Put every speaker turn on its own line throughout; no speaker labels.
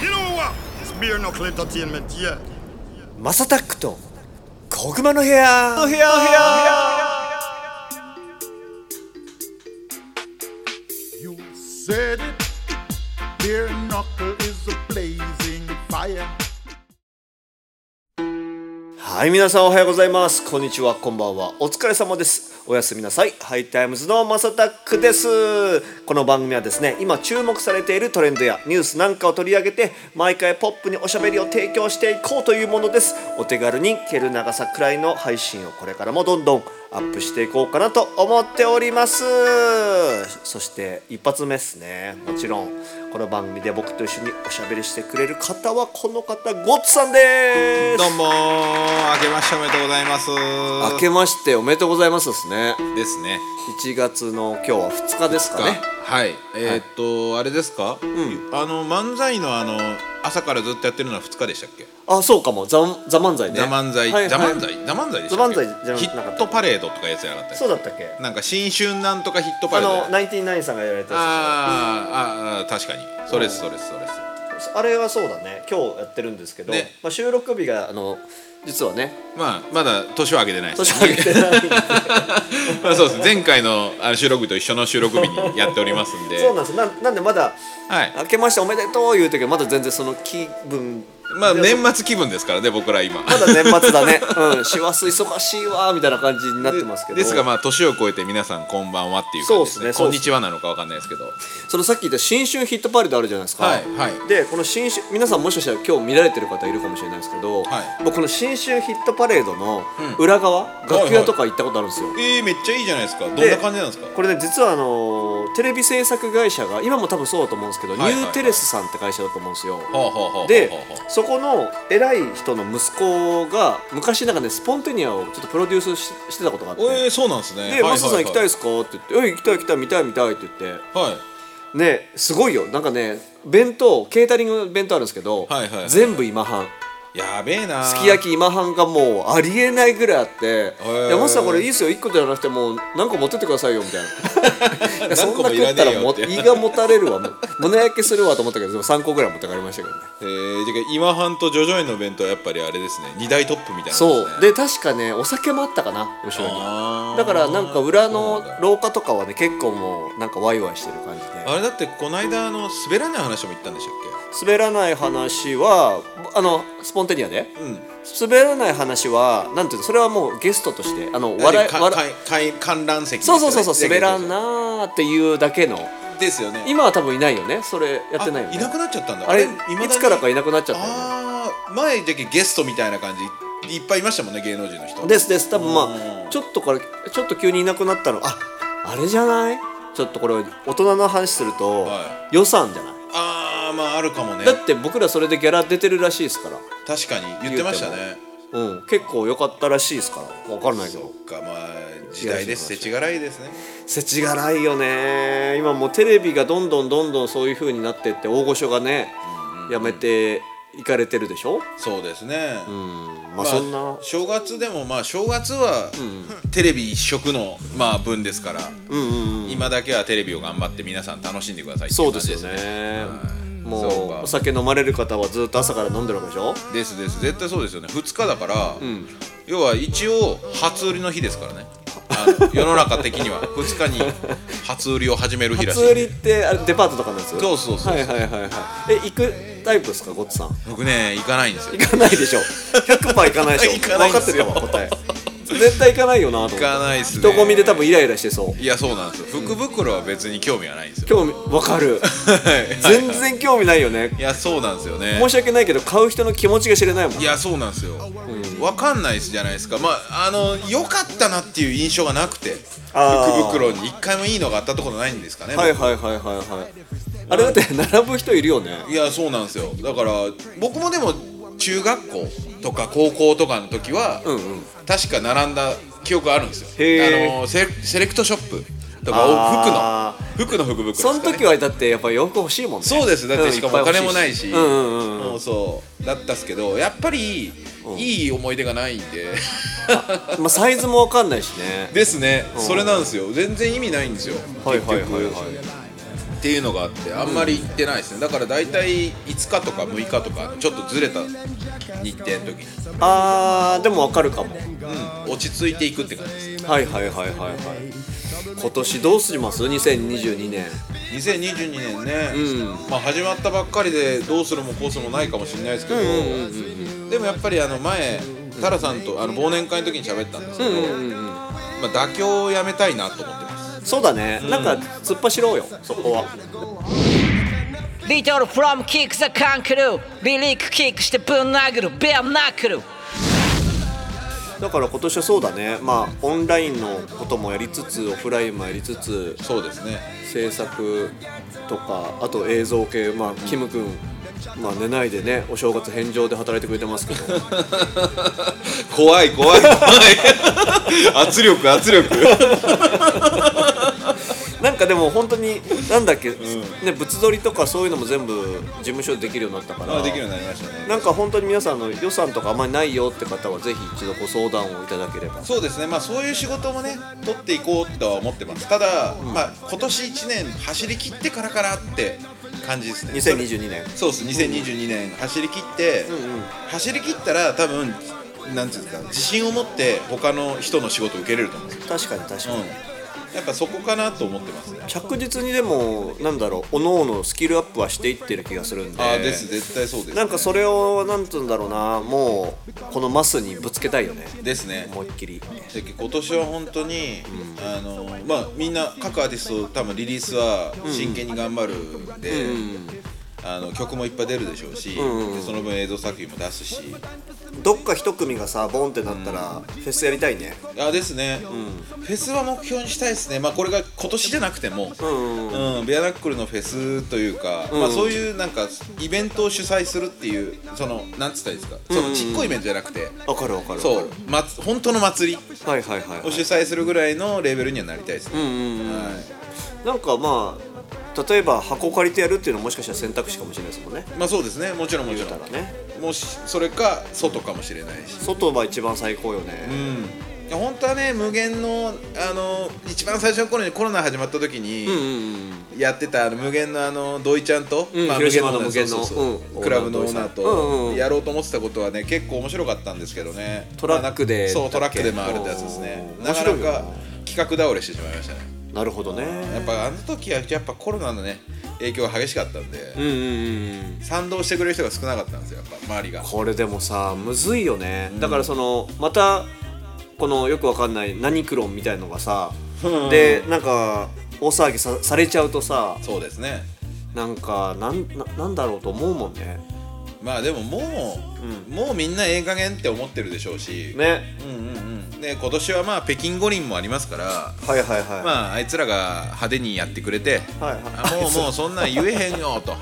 You know what? It's beer knuckle entertainment, yeah.
マサタックと小熊の部屋の部屋はい皆さんおはようございますこんにちはこんばんはお疲れ様ですおやすみなさいハイタイムズのマサタックですこの番組はですね今注目されているトレンドやニュースなんかを取り上げて毎回ポップにおしゃべりを提供していこうというものですお手軽に蹴る長さくらいの配信をこれからもどんどんアップしていこうかなと思っておりますそして一発目ですねもちろんこの番組で僕と一緒におしゃべりしてくれる方はこの方ゴッツさんです
どうもー明けましておめでとうございます
明けましておめでとうございますですね
ですね
1月の今日は2日ですかね
はいえー、っと、あれですか、あの漫才のあの朝からずっとやってるのは2日でしたっけ
あそうかもザ・ザ漫才
「
ね
ザ漫才」
はいはい
ザ漫才」「ザ漫才」でしたっけ
ザ漫才じゃな
ヒ
かった
ットパレード」とかやつやなかったっけ
そうだったっけ
なんか新春なんとかヒットパ
あ
レード
の
あ
ナインティナインさんがやられたや
あーあーあー確かにそれですそれですそれです
つあれはそうだね今日やってるんですけど、
ね
まあ、収録日があの実はね
まあまだ年は上げてないです
年明けてないんで
まあ そうです前回のあの収録日と一緒の収録日にやっておりますん で
そうなんですななんでまだ
はい
明けましておめでとう言う時はまだ全然その気分
まあ
で
年末気分ですからね僕 ら今
まだ年末だねうん師走忙しいわみたいな感じになってますけど
ですがまあ年を超えて皆さんこんばんはっていう感じですね
そうですね
こんにちはなのかわかんないですけど
そのさっき言った新春ヒットパレードあるじゃないですか、
はいはい
でこの新春皆さんもしかしたら今日見られてる方いるかもしれないですけど、
はい
僕この新春ヒットパレードの裏側、楽屋とか行ったことあるんですよ、
えー、めっちゃいいじゃないですかどん
で
な感じなんですか
これね実はあのーテレビ制作会社が今も多分そうだと思うんですけど、
はいはい
ニューテレスさんって会社だと思うんですよ、
はあはあはあはあ
で
はあは
そこの偉い人の息子が昔なんかねスポンティニアをちょっとプロデュースししてたことがあって、
あえー、そうなんですね
で「マサさん行きたい
で
ですすか?」って言って「え行きたい行きたい見たい見たい」って言って
はい
ねすごいよなんかね弁当ケータリングの弁当あるんですけど、
はいはいはい
全部今半
やべえな
すき焼き今半がもうありえないぐらいあって「
ー
いやマスターこれいいっすよ1個じゃなくてもう何個持ってってくださいよ」みたい ないやそん
何個
な
もい
食
ら
った
ねえ
ら
よ
も
って
胃がもたれるわもう胸焼けするわと思ったけどでも3個ぐらい持って帰りましたけどね
えー、じゃあ今半とジョジョ園の弁当はやっぱりあれですね二大トップみたいな
そ
もん
う
ですね
で確かねお酒もあったかな後ろに
あー
だからなんか裏
そう
の
なんだ
廊下とかはね結構もうなんかワイワイしてる感じで
あれだってこの間あの滑らない話も言ったんでしたっ
滑らない話はあのスポンテニアで
けうん
滑らない話はなんていうのそれはもうゲストとしてあの笑い
か
笑い
かい観覧席です
そ
よ
う
ね
そうそうそう滑らんなーっていうだけの
ですよね
今は多分いないよねそれやってないよ
あ
ね
いなくなっちゃったんだ
あれい
未だに
つからかいなくなっちゃったよね
ああ前だけゲストみたいな感じいっぱいいましたもんね芸能人の人
ですです多分ま
う
あ
ん
ちょっとからちょっと急にいなくなったのああれじゃないちょっとこれ大人の話すると、
は
予算じゃない
ああまああるかもね
だって僕らそれでギャラ出てるらしいですから
確かに言ってましたね
うん結構良かったらしいですから分かんないけ
そ
ど
っかまあ時代です
いや
世知辛いですね
世知辛いよね今もうテレビがどんどんどんどんそういう風になってって大御所がね、やめていかれてるでしょ
そうですね、
うんまあそんな、
正月でもまあ正月は、テレビ一色のまあ分ですから、
うんうんうん
今だけはテレビを頑張って皆さん楽しんでくださいってい
そうう
感
で
じ
す
で
よ
す
ね
ね
も
そう
う
か
お酒飲まれる方はずっと朝から飲んでるわけでしょ
ですです絶対そうですよね2日だから、要は一応初売りの日ですからねあ の世の中的には2日に初売りを始める日らし
初
い
売りってあれデパートとかのやつ
そうそうそうそう
はいはいはいはいえ行くタイプですかゴッツさん
僕ね行かないんですよ
行かないでしょ100%行かないでしょ
行かないん
分かって
です
た
よ
わ答え絶対行かないよなと思って
行かないっすね
人混みで多分イライラしてそう
いやそうなんですよ福袋は別に興味はないんですよ
興味分かる全然興味ないよね
いやそうなんですよね
申し訳ないけど買う人の気持ちが知れないもん
いやそうなんですよ、わかんないっすじゃないですかまああの良かったなっていう印象がなくて
あー
福袋に一回もいいのがあったところないんですかね、
はいはいはいはいはいあれだって並ぶ人いるよね
いやそうなんですよだから僕もでも中学校とか高校とかの時は、
んうん
確か並んだ記憶あるんですよ
へー
あのセレセレクトショップとか
あ
お服の服の福袋ですか
そ
ね
の時はだってやっぱ洋服欲しいもんね
そうですだっ
う
て
ん
しかもお金もない
い
し、
っぱい欲しいうんうんうんうん
もうそうだったっすけどやっぱりいい思い出がないんで
まあ、サイズもわかんないしね
ですねそれなんですよ全然意味ないんですよ
はい
結
はいはい
局
はい
っっていうのがあってあんまり行ってないですねだから大体5日とか6日とかちょっとずれた日程の時に、
あーでもわかるかも
うん、落ち着いていくって感じですね
はいはいはいはいはい今年どうします2022年
2022年ね、まあ、始まったばっかりでどうするもこうするもないかもしれないですけど、でもやっぱりあの前タラさんとあの忘年会の時に喋ったんですけど、まあ、妥協をやめたいなと思ってます
そうだね、なんか突っ走ろうよそこは
Little from kick the kangaroo リリックキックしてぶん殴るベアナックル
だから今年はそうだねまあオンラインのこともやりつつオフラインもやりつつ
そうですね
制作とかあと映像系まあキム君まあ寝ないでねお正月返上で働いてくれてますけど
怖い怖い 怖い圧力圧力
なんかでも本当になんだっけ、ね物撮りとかそういうのも全部事務所でできるようになったから
あできるようになりましたね
なんか本当に皆さんの予算とかあんまりないよって方はぜひ一度ご相談をいただければ
そうですねまあそういう仕事もね取っていこうとは思ってますただ、まあ今年1年走り切ってからからって感じですね
2022年
そうです2022年走り切って、走り切ったら多分なんていうんですか自信を持って他の人の仕事を受けれると思うんですよ、
確かに確かに、
うん、やっぱそこかなと思ってますね
着実にでもなんだろうおののスキルアップはしていってる気がするんで
ああです絶対そうです、
なんかそれをなんつうんだろうなもうこのマスにぶつけたいよね
ですね
思いっきり
で今年は本当に、あのまあみんな各アーティスト多分リリースは真剣に頑張るんで、あの曲もいっぱい出るでしょうし、でその分映像作品も出すし
どっか一組がさボンってなったらフェスやりたいね
あですね、フェスは目標にしたいですねまあこれが今年じゃなくても、
うん
うんベアナックルのフェスというか、まあ、そういうなんかイベントを主催するっていうそのなんつったらいいですかそのちっこいイベントじゃなくて、
わかるわかる
そう、まつ、本当の祭り
はいはいはい、
を主催するぐらいのレベルにはなりたいですね、はい
なんかまあ例えば箱借りてやるっていうのももしかしたら選択肢かもしれないですもんね
まあそうですねもちろんもちろ
だ
ん
からね
もしそれか外かもしれないし
外は一番最高よね、
いや本当はね無限のあの一番最初の頃にコロナ始まった時に、やってたあの無限のあの土井ちゃんと、
うん
まあ、
広島の無限の
そうそうそう
うん
クラブのオーナー
うんうんう
と
ん
やろうと思ってたことはね結構面白かったんですけどね
トラックで
そうトラックで
だっけ
回るってやつですね
うん
なかな
面白いよ
か企画倒れしてしまいましたね
なるほどね
やっぱあの時はやっぱコロナのね影響が激しかったんで、
うんうんうん
賛同してくれる人が少なかったんですよやっぱ周りが
これでもさむずいよね、だからそのまたこのよくわかんない何クロンみたいのがさ、でなんか大騒ぎさされちゃうとさ
そうですね
なんかなんななんだろうと思うもんね
まあでももう、もうみんなええ加減って思ってるでしょうし、
ね
うんうんうん、で今年はまあ北京五輪もありますから
はいはいはい、
まああいつらが派手にやってくれて、
はいはい
あもうもうそんなん言えへんよと、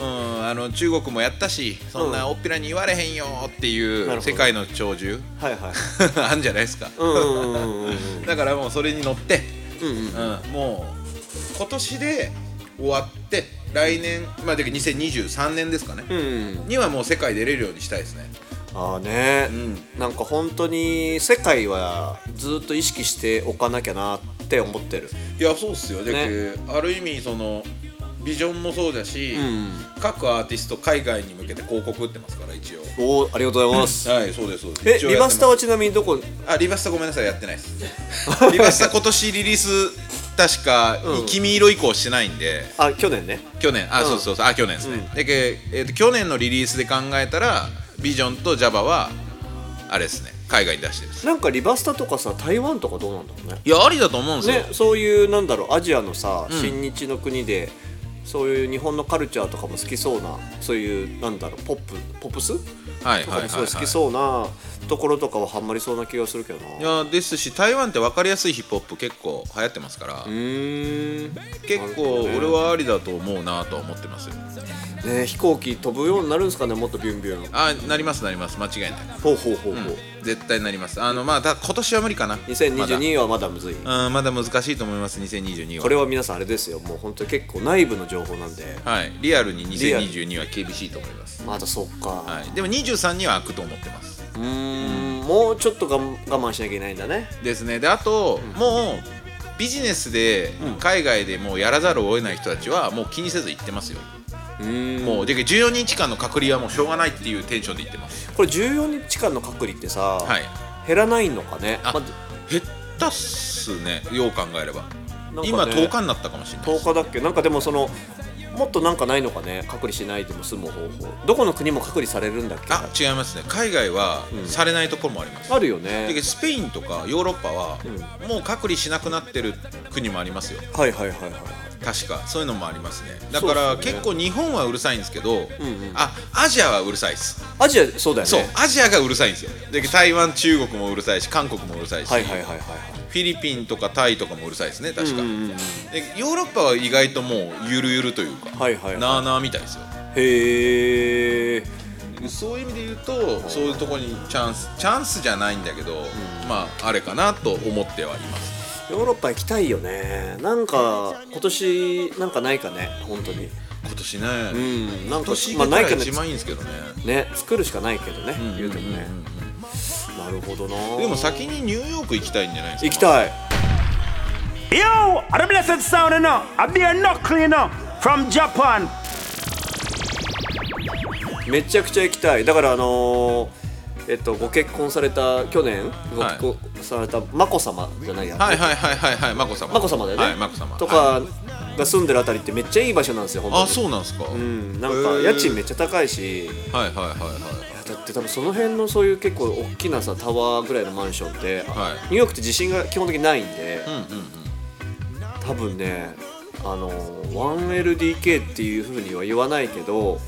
うん、あの中国もやったしそんなおっぴらに言われへんよって
なるほ
いう
ど
世界の長寿
はいはい
あんじゃないですか、
うんうんうんうん
だからもうそれに乗って、
うんうん
うん、もう今年で終わって来年まあだけど2023年ですかね、
うん
にはもう世界出れるようにしたいですね
ああね、
ん
なんか本当に世界はずっと意識しておかなきゃなって思ってる
いやそうっすよで、
ね
ある意味そのビジョンもそうだし、
ん
各アーティスト海外に向けて広告打ってますから一応
おおありがとうございます
はいそうですそうで す
え
一応
リ
や
バ
ってます
スタはちなみにどこ
あリバスタごめんなさいやってないです リバスタ今年リリース確か、
うん
君色以降してないんで
あ去年ね
去年あ、
うん
そうそうそうあ去年ですね、
うん
でけ、えーと去年のリリースで考えたらビジョンと Java はあれですね海外に出してるんです
なんかリバスタとかさ台湾とかどうなんだろうね
いやありだと思うんですよ、
ねそういうなんだろうアジアのさ
ん
親日の国で、そういう日本のカルチャーとかも好きそうなそういうなんだろうポップポップス
はい
と
は
か
いは
も
い、
すごい好
は
き
い
そうなところとかはハマりそうな気がするけど
い
な
やですし台湾って分かりやすいヒップホップ結構流行ってますから、
うーんね
結構俺はありだと思うなとは思ってますよ
飛行機飛ぶようになるんですかねもっとビュンビュン
あなりますなります間違いない
ほうほうほうほう、
絶対なりますあのまあた今年は無理かな
2022はまだむずい、
まだうんまだ難しいと思います2022は
これは皆さんあれですよもう本当に結構内部の情報なんで
はいリアルに
リアル
2022は厳しいと思います
まだそっか、
はいでも23には開くと思ってます
うーんもうちょっとがん我慢しなきゃいけないんだね
ですねであと、もうビジネスで海外でもうやらざるを得ない人たちはもう気にせず行ってますよもうで14日間の隔離はもうしょうがないっていうテンションで行ってます
これ14日間の隔離ってさ、
はい
減らないのかね
あ
ま
減ったっすねよう考えれば、
なんかね
今10日になったかもしれない
10日だっけなんかでもそのもっとなんかないのかね隔離しないでも済む方法どこの国も隔離されるんだっけ
あ違いますね海外はされないところもあります、
あるよ
で
ね
スペインとかヨーロッパはもう隔離しなくなってる国もありますよ
はいはいはいはい
確かそういうのもありますねだ
そう
か
ですよ
ら
ね
結構日本はうるさいんですけど、
んうん
あアジアはうるさいです
アジアそうだよね
そうアジアがうるさいんですよで台湾中国もうるさいし韓国もうるさいし、
はいはいはいはいはい
フィリピンとかタイとかもうるさいですね確か、
うんうんうん
でヨーロッパは意外ともうゆるゆるというか、
はいはいはい
なあなあみたいですよ
へえ
そういう意味で言うとそういうところにチャンスチャンスじゃないんだけど、まああれかなと思ってはいます
ヨーロッパ行きたいよねなんか今年なんかないかね本当に
今年ね、
うんなん
今
か
年
ま
行
あな
けた
い
ら
かね
一番いいんですけどね、
ね作るしかないけどね、
うん
言うてもね、なるほどな
でも先にニューヨーク行きたいんじゃないですか
行きたい
Yo, I'm blessed sound now. I'm the knock cleaner from Japan.
めちゃくちゃ行きたいだからあのーえっとご結婚された去年ご
はい
結婚された眞子さまじゃないや、
はいはいはいはいはい眞子さま
眞子さまだよね、
はい眞子さま
と
はい
かが住んでるあたりってめっちゃいい場所なんですよ本当に
あそうなんですか、
うん、なんか
へー
家賃めっちゃ高いし、い
はいはいはいはい
やだって多分その辺のそういう結構大きなさタワーぐらいのマンションって、
は
ニ
い
ューヨークって地震が基本的にないんで、
うんうんうん
多分ねあの 1LDK っていうふうには言わないけど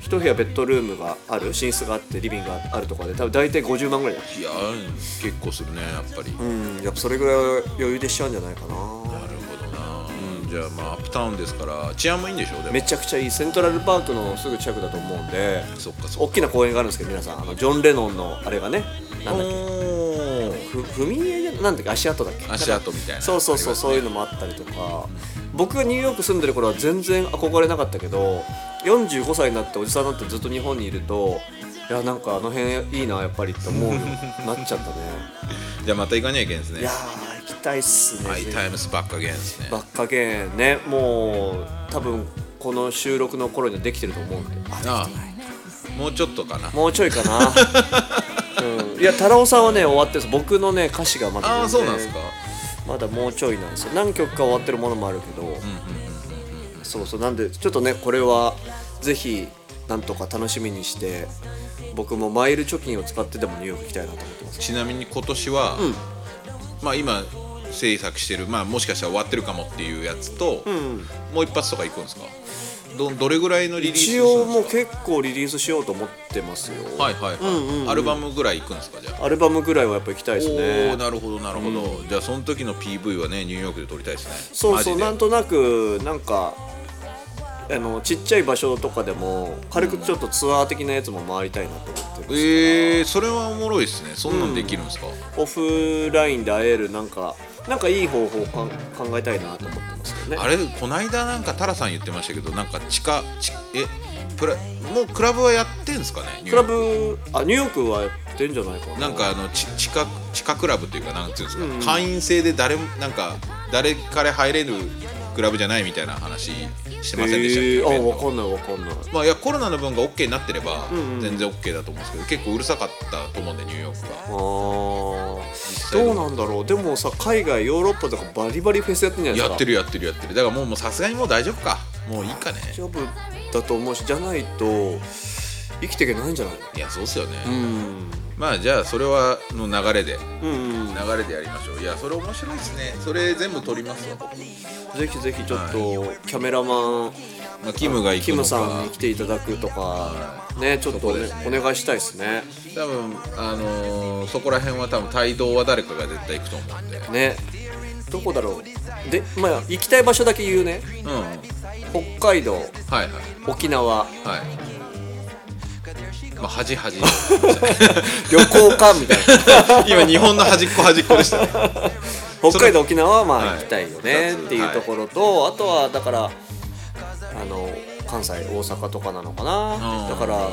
一部屋ベッドルームがある寝室があってリビングがあるとかで多分大体50万ぐらいだ
いやー結構するねやっぱり、なる
うんやっぱそれぐらいは余裕でしちゃうんじゃないかな
ほどな、じゃあまあアップタウンですから治安もいいんでしょうでも
めちゃくちゃいいセントラルパークのすぐ近くだと思うんで
そっかそ
大
っか
きな公園があるんですけど皆さんあのジョン・レノンのあれがねなんだっけ
おー
ふ踏み絵じゃなんだっけ足跡だっけ
足跡みたいな
そうそうそうそういうのもあったりとか僕がニューヨーク住んでる頃は全然憧れなかったけど45歳になっておじさんになってずっと日本にいるといやなんかあの辺いいなやっぱりって思うようになっちゃ ったね
じゃあまた行かなきゃいけないです
いや
ね
ー行きたいっすね
ハイタイムスバックアゲンですね
バッカゲーンねもう多分この収録の頃にはできてると思うんで
ああもうちょっとかな
もうちょいかなうんいや太郎さんはね終わってるんです僕のね歌詞がまだ全然
ああそうなんですか
まだもうちょいなんですよ何曲か終わってるものもあるけど、そうそうなんでちょっとねこれはぜひなんとか楽しみにして僕もマイル貯金を使ってでもニューヨーク行きたいなと思ってます
ちなみに今年は、まあ今制作してるまあもしかしたら終わってるかもっていうやつと、もう一発とか行くんですかどどれぐらいのリリースす
一
るんで
応
すか
もう結構リリースしようと思ってますよ、
はいはいはい、アルバムぐらい行くんですかじゃあ
アルバムぐらいはやっぱ行きたいです
お
ね
おなるほどなるほど、じゃあその時の PV はねニューヨークで撮りたいですね
そう
マジ
そう
で
なんとなくなんかあのちっちゃい場所とかでも軽くちょっとツアー的なやつも回りたいなと思ってます、
えー、それはおもろいですねそんなんできるんですか、
オフラインで会えるなんかなんかいい方法をかん考えたいなと思ってますけどね
あれこないだなんかタラさん言ってましたけどなんか地下地えプラもうクラブはやってんですかねニ
ク
ューヨ
ラ
ーク
ブあニューヨークはやってんじゃないかな
なんかあのち地下地下クラブっていうかなんていうんですか、会員制で誰もなんか誰から入れるクラブじゃないみたいな話してませんでしたっけ、
えー、
イベ
あ
ント
わかんないわかんない
まあ、いやコロナの分が OK になってれば全然 OK だと思うんですけど、結構うるさかったと思うんでニューヨーク
あ
は。
ーどうなんだろうでもさ海外ヨーロッパとかバリバリフェスやってんじゃないですか
やってるやってるやってるだからもうもうさすがにもう大丈夫かもういいかね
大丈夫だと思うしじゃないと生きていけないんじゃない
いやそうっすよね、
うん
まあじゃあそれはの流れで
うん
流れでやりましょういやそれ面白いですねそれ全部撮りますわ僕、
ぜひぜひちょっと、キャメラマン
まあ、キムが行く
キ
の
ム
か
さんに来ていただくとかねちょっ
そ
と
こで
ね、お願いしたいですね
多分あのーそこら辺は多分帯同は誰かが絶対行くと思うんで
ねどこだろうでまあ行きたい場所だけ言うね
うんうんはい
北海道
はい
沖縄
はいまあ端 端
旅行館みたい
今日本の端っこ端っこでしたね
な北海道沖縄はま
は
あ
い
行きたいよねっていうところと、あとはだからあの関西大阪とかなのかな
うん
だから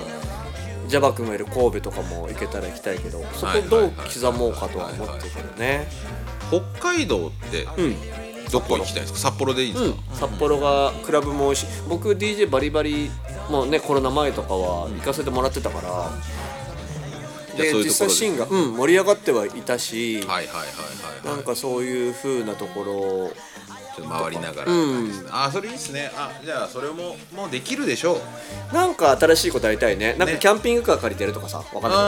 ジャバ君がいる神戸とかも行けたら行きたいけどそこ
はいはい
ど
は
う
い
刻もうかとは思ってるけどね
北海道って、
うん
どこ行きたいですか札幌でいいんですか、
札幌がクラブも多いし僕 DJ バリバリもうねコロナ前とかは行かせてもらってたから、
じゃあ
で
そういう
実
とこ
際
ろで
シーンが、うん、盛り上がってはいたし、
はいはいはい
な
はい
ん
はい
かそういう風なところ
ちょっと回りながら、あそれいいですねあじゃあそれももうできるでしょう
なんか新しいことやりたいねなんか
ね
キャンピングカー借りてるとかさわかんない
あ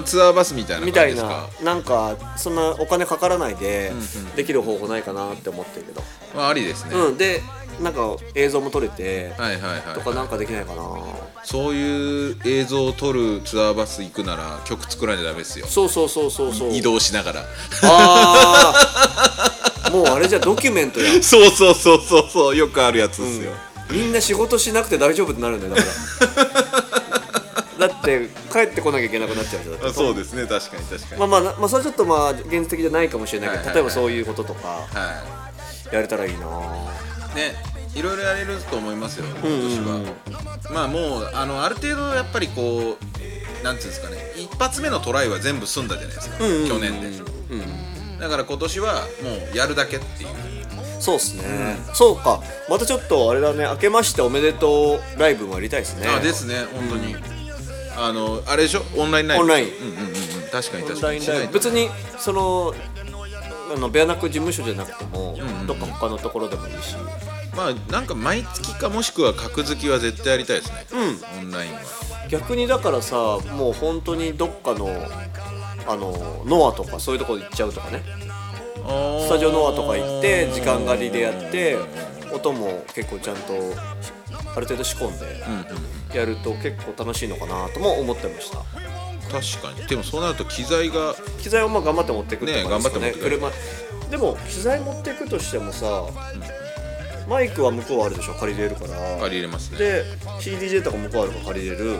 ーツアーバスみたいな
み
感
た
じ
い
です
な
か
なんかそんなお金かからないでできる方法ないかなって思ってるけど、
まあありですね、
うんでなんか映像も撮れて
はいはいはい
とかなんかできないかな、
そういう映像を撮るツアーバス行くなら曲作らないとダメですよ
そうそうそうそうそう
移動しながら
ああもうあれじゃドキュメントや
そうそうそうそうそうよくあるやつですよ、
みんな仕事しなくて大丈夫ってなるんだよだからだって帰ってこなきゃいけなくなっちゃうじゃんだ
あ
って
そうですね確かに確かに、
まあまあ、なまあ、それはちょっとまあ現実的じゃないかもしれないけど、
はいはいはい
例えばそういうこととか
は
やれたらいいなぁ
いねいろいろやれると思いますよ今年は、まあもうあのある程度やっぱりこうなんていうんですかね一発目のトライは全部済んだじゃないですか、去年で、だから今年はもうやるだけっていう
そうっすね、そうかまたちょっとあれだね明けましておめでとうライブもやりたいですね
あですね本当に、あのあれでしょオンラインライブ
オンライン
うんうんうんうん確かに
オン
確か
ライ
に
ン
しな
ライ
い
ブ
と
別にそのあのベアナック事務所じゃなくても、どっか他のところでもいいし
まあなんか毎月かもしくは格付きは絶対やりたいですね、オンラインは
逆にだからさもう本当にどっかのあのノアとかそういうところ行っちゃうとかねス
ス
タジオノアとか行って時間狩りでやって音も結構ちゃんとある程度仕込んでやると結構楽しいのかなとも思ってました
確かにでもそうなると機材が
機材をまあ頑張って持っていくって感じですかね
ね頑張って
車でも機材持っていくとしてもさマイクは向こうあるでしょ借りれるから
借りれますね
で CDJ とか向こうあるから借りれる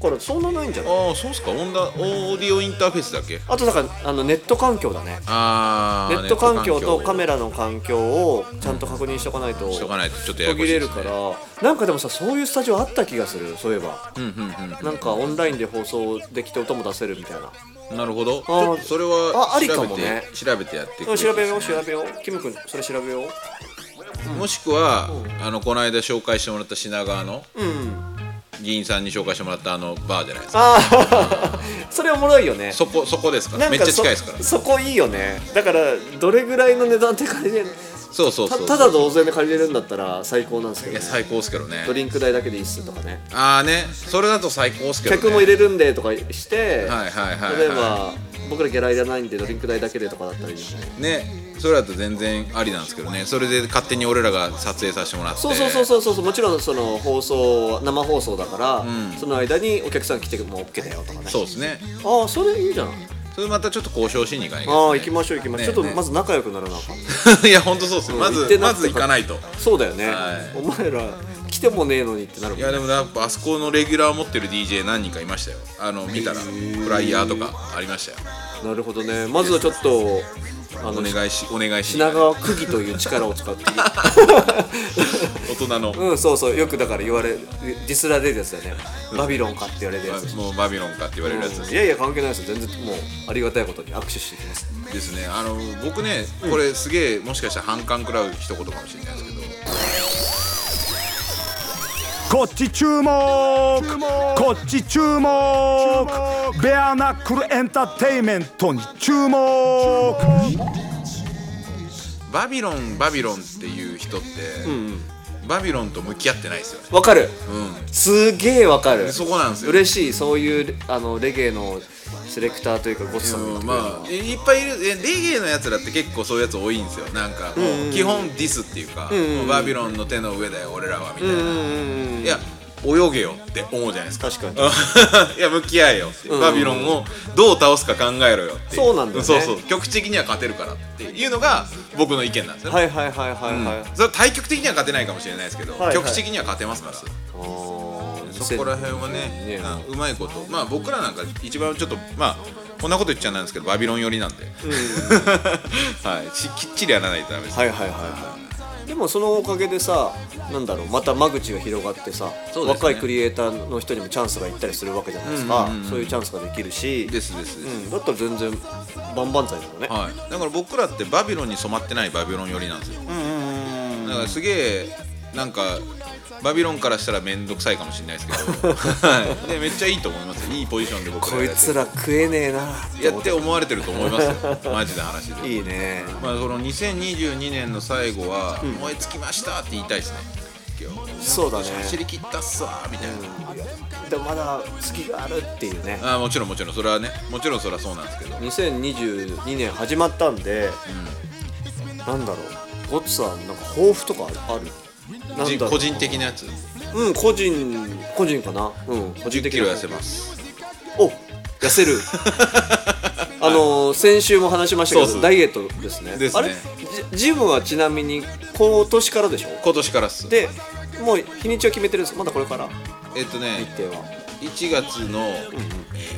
からそんなないんじゃない
ああそうっすかオンダオーディオインターフェースだけ
あとだからあのネット環境だね
あ
ネ
あ
ット環境とカメラの環境をちゃんと確認しとかないと
しとかないとちょっとやや
途
こし
切
い
れ
で
る
す、ね、
からなんかでもさそういうスタジオあった気がするそういえば
うんうん
なんかオンラインで放送できて音も出せるみたいな
うんなるほどちょっとそれは
ああり
調
か
べて
もね
調べてやっていくべきですね
調べよう調べようキム君それ調べよう
もしくは、あのこの間紹介してもらった品川の、議員さんに紹介してもらったあのバーじゃないですか
ああそれおもろいよね
そこそこですか
な
ら
ん
めっ
か
ちゃ
そ
近いですから
そこいいよねだからどれぐらいの値段で借りれる
そうそうそう
たただ同然で借りれるんだったら最高なんですけ
い
ど、
や
ね、
最高っすけどね
ドリンク代だけでいいっすとかね
ああねそれだと最高っすけど、ね、
客も入れるんでとかして、
はいはいはいはい
例えば僕らギャラいらないんでドリンク代だけでとかだったらいいよね
ねそれだと全然ありなんですけどねそれで勝手に俺らが撮影させてもらって
そうそうそうそうそうそうもちろんその放送生放送だから、その間にお客さん来ても OK だよとかね
そうですね
ああそれいいじゃん、
それまたちょっと交渉しに行かないと、ね、
ああ行きましょう行きましょう、
ね
ちょっとまず仲良くならなあかん、
ね いや本当そうっす、ま
行って
ず
な
ま
くて
ず行かないと
そうだよね、
はい
お前ら来てもねえのにってなるも
い
ん
やでもやっぱあそこのレギュラー持ってる DJ 何人かいましたよあの見たらフライヤーとかありましたよ
なるほどねまずはちょっとあ
お
の
願いしお願いしに
品川区議という 力を使って
大人の、
うんそうそうよくだから言われディスられるやつだよねバビロンかって言われるやつ、
もうバビロンかって言われるやつ
いやいや関係ないですよ全然もうありがたいことに握手してきます
ですねあの僕ねこれすげえもしかしたら反感食らう一言かもしれないですけど
こっち注目こっち注目ベアナックルエンターテイメントに注目
バビロンバビロンっていう人って、バビロンと向き合ってないですよね、
わかる
う
すげえわかる
ん、そこなんですよ
嬉しいそういうあのレゲエのセレクターというかゴスさん
う
の
んまあいっぱいいるえレゲエのやつらって結構そういうやつ多いんですよなんかもう基本ディスっていうか、もうバビロンの手の上だよ俺らはみたいな、いや泳げよって思うじゃないですか
確かに
いや向き合えよって、バビロンをどう倒すか考えろよってい
そうなんだよね
そうそう局地的には勝てるからっていうのが僕の意見なんですよ、
はいはいはいはいはい、
それは対局的には勝てないかもしれないですけど、
いはい
局地的には勝てますから
あー
そこら辺はね
ね、
うんうまいこと、まあ僕らなんか一番ちょっと、まあこんなこと言っちゃなんですけど、 バビロン寄りなんで、はいし、きっちりやらないとダメです。
はいはいはいはでもそのおかげでさなんだろうまた間口が広がってさ、
そうですね
若いクリエイターの人にもチャンスがいったりするわけじゃないですか、そういうチャンスができるし
ですです
う
です、
ん、だったら全然万々歳だもんね、
はい、だから僕らってバビロンに染まってないバビロン寄りなんですよ、だからすげえなんかバビロンからしたら面倒くさいかもしれないですけ ど、はい、でめっちゃいいと思いますよいいポジションで僕
こ
ら
い
やって
つら食えねえな
やって思われてると思いますよマジな話で
いいね
まあ、この2022年の最後は「燃え尽きました」って言いたいですね今日
そうだね
走り切ったっすわみたいな、
でもまだ月があるっていうね
ああもちろんもちろんそれはねもちろんそれはそうなんですけど
2022年始まったんで、なんだろうゴッツさんなんか抱負とかあるあるなんだろう
個人的なやつ
うん個人個人かなうん個人
10
的
キ
な
ロ痩せます
お痩せる あのー先週も話しましたけど
そうそう
ダイエットですね
です
あ
ね
れジジムはちなみに今年からでしょ
今年からっす
でもう日にちは決めてるんですかまだこれから
えっと
日
ね
程は
1月の、え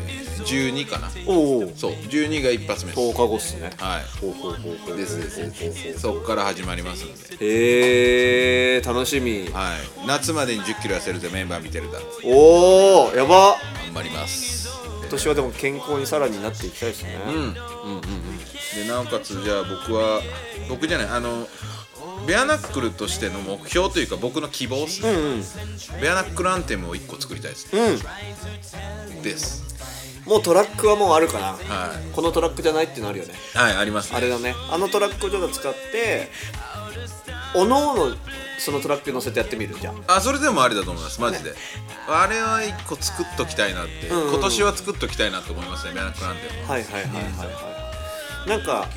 ー12かな
おお10
そう12が一発目で
日
す
後っすね
はい
ほうほうほうほう
ですですですそこから始まりますんで
へえ楽しみ
はい夏までに1 0キロ痩せるぜメンバー見てるだ
おおやば
頑張ります
今年はでも健康にさらになっていきたいですね、
うん、うんうんでなおかつじゃあ僕は僕じゃないあのベアナックルとしての目標というか僕の希望っすね、ベアナックルアンテムを1個作りたいです、です
もうトラックはもうあるかな、
は
このトラックじゃないっていうのあるよね
いはいありますね
あれだねあのトラックをちょっと使っておのおのそのトラックに乗せてやってみるじゃん
あそれでもありだと思いますマジで、あれは1個作っときたいなっ
ん
て、
うん
今年は作っときたいなと思いますねベアナックルアンテム
はいはいはいはいはいなんか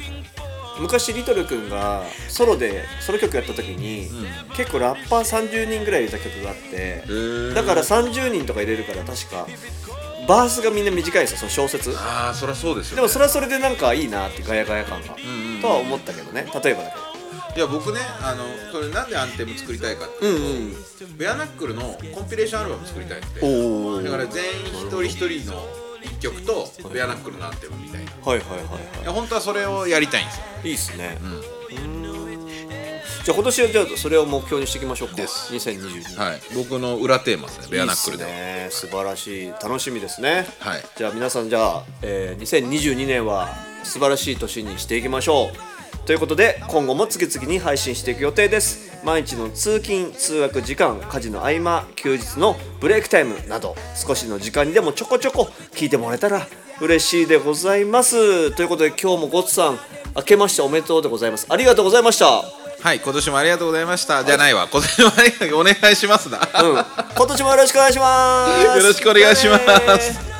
昔リトル君がソロでソロ曲やった時に、結構ラッパー30人ぐらい入れた曲があって
ー
だから30人とか入れるから確かバースがみんな短いですよその小説
ああそりゃそうですよ、ね、
でもそれはそれでなんかいいなってガヤガヤ感が、とは思ったけどね例えばだけ
いや僕ねあのそれなんでアンテム作りたいかって
ど
いううと、
んうん
ベアナックルのコンピレーションアルバム作りたいって
おおはい
だ
は
か
い
ら全員一人一人の一曲とベアナックルのアンテムみたいない
はい
や
は
本当はそれをやりたいんですよ
いいいっすね、うーんじゃあ今年はじゃあそれを目標にしていきましょうか
です
2022
はい僕の裏テーマですねベアナックルで
いいっすね素晴らしい楽しみですね
はい
じゃあ皆さんじゃあ、えー2022年は素晴らしい年にしていきましょうということで今後も次々に配信していく予定です毎日の通勤通学時間家事の合間休日のブレイクタイムなど少しの時間にでもちょこちょこ聞いてもらえたら嬉しいでございますということで今日もゴッツさん明けましておめでとうでございますありがとうございました
はい今年もありがとうございましたじゃないわ今年もありがとうお願いしますだ、
うん、今年もよろしくお願いします。
よろしくお願いします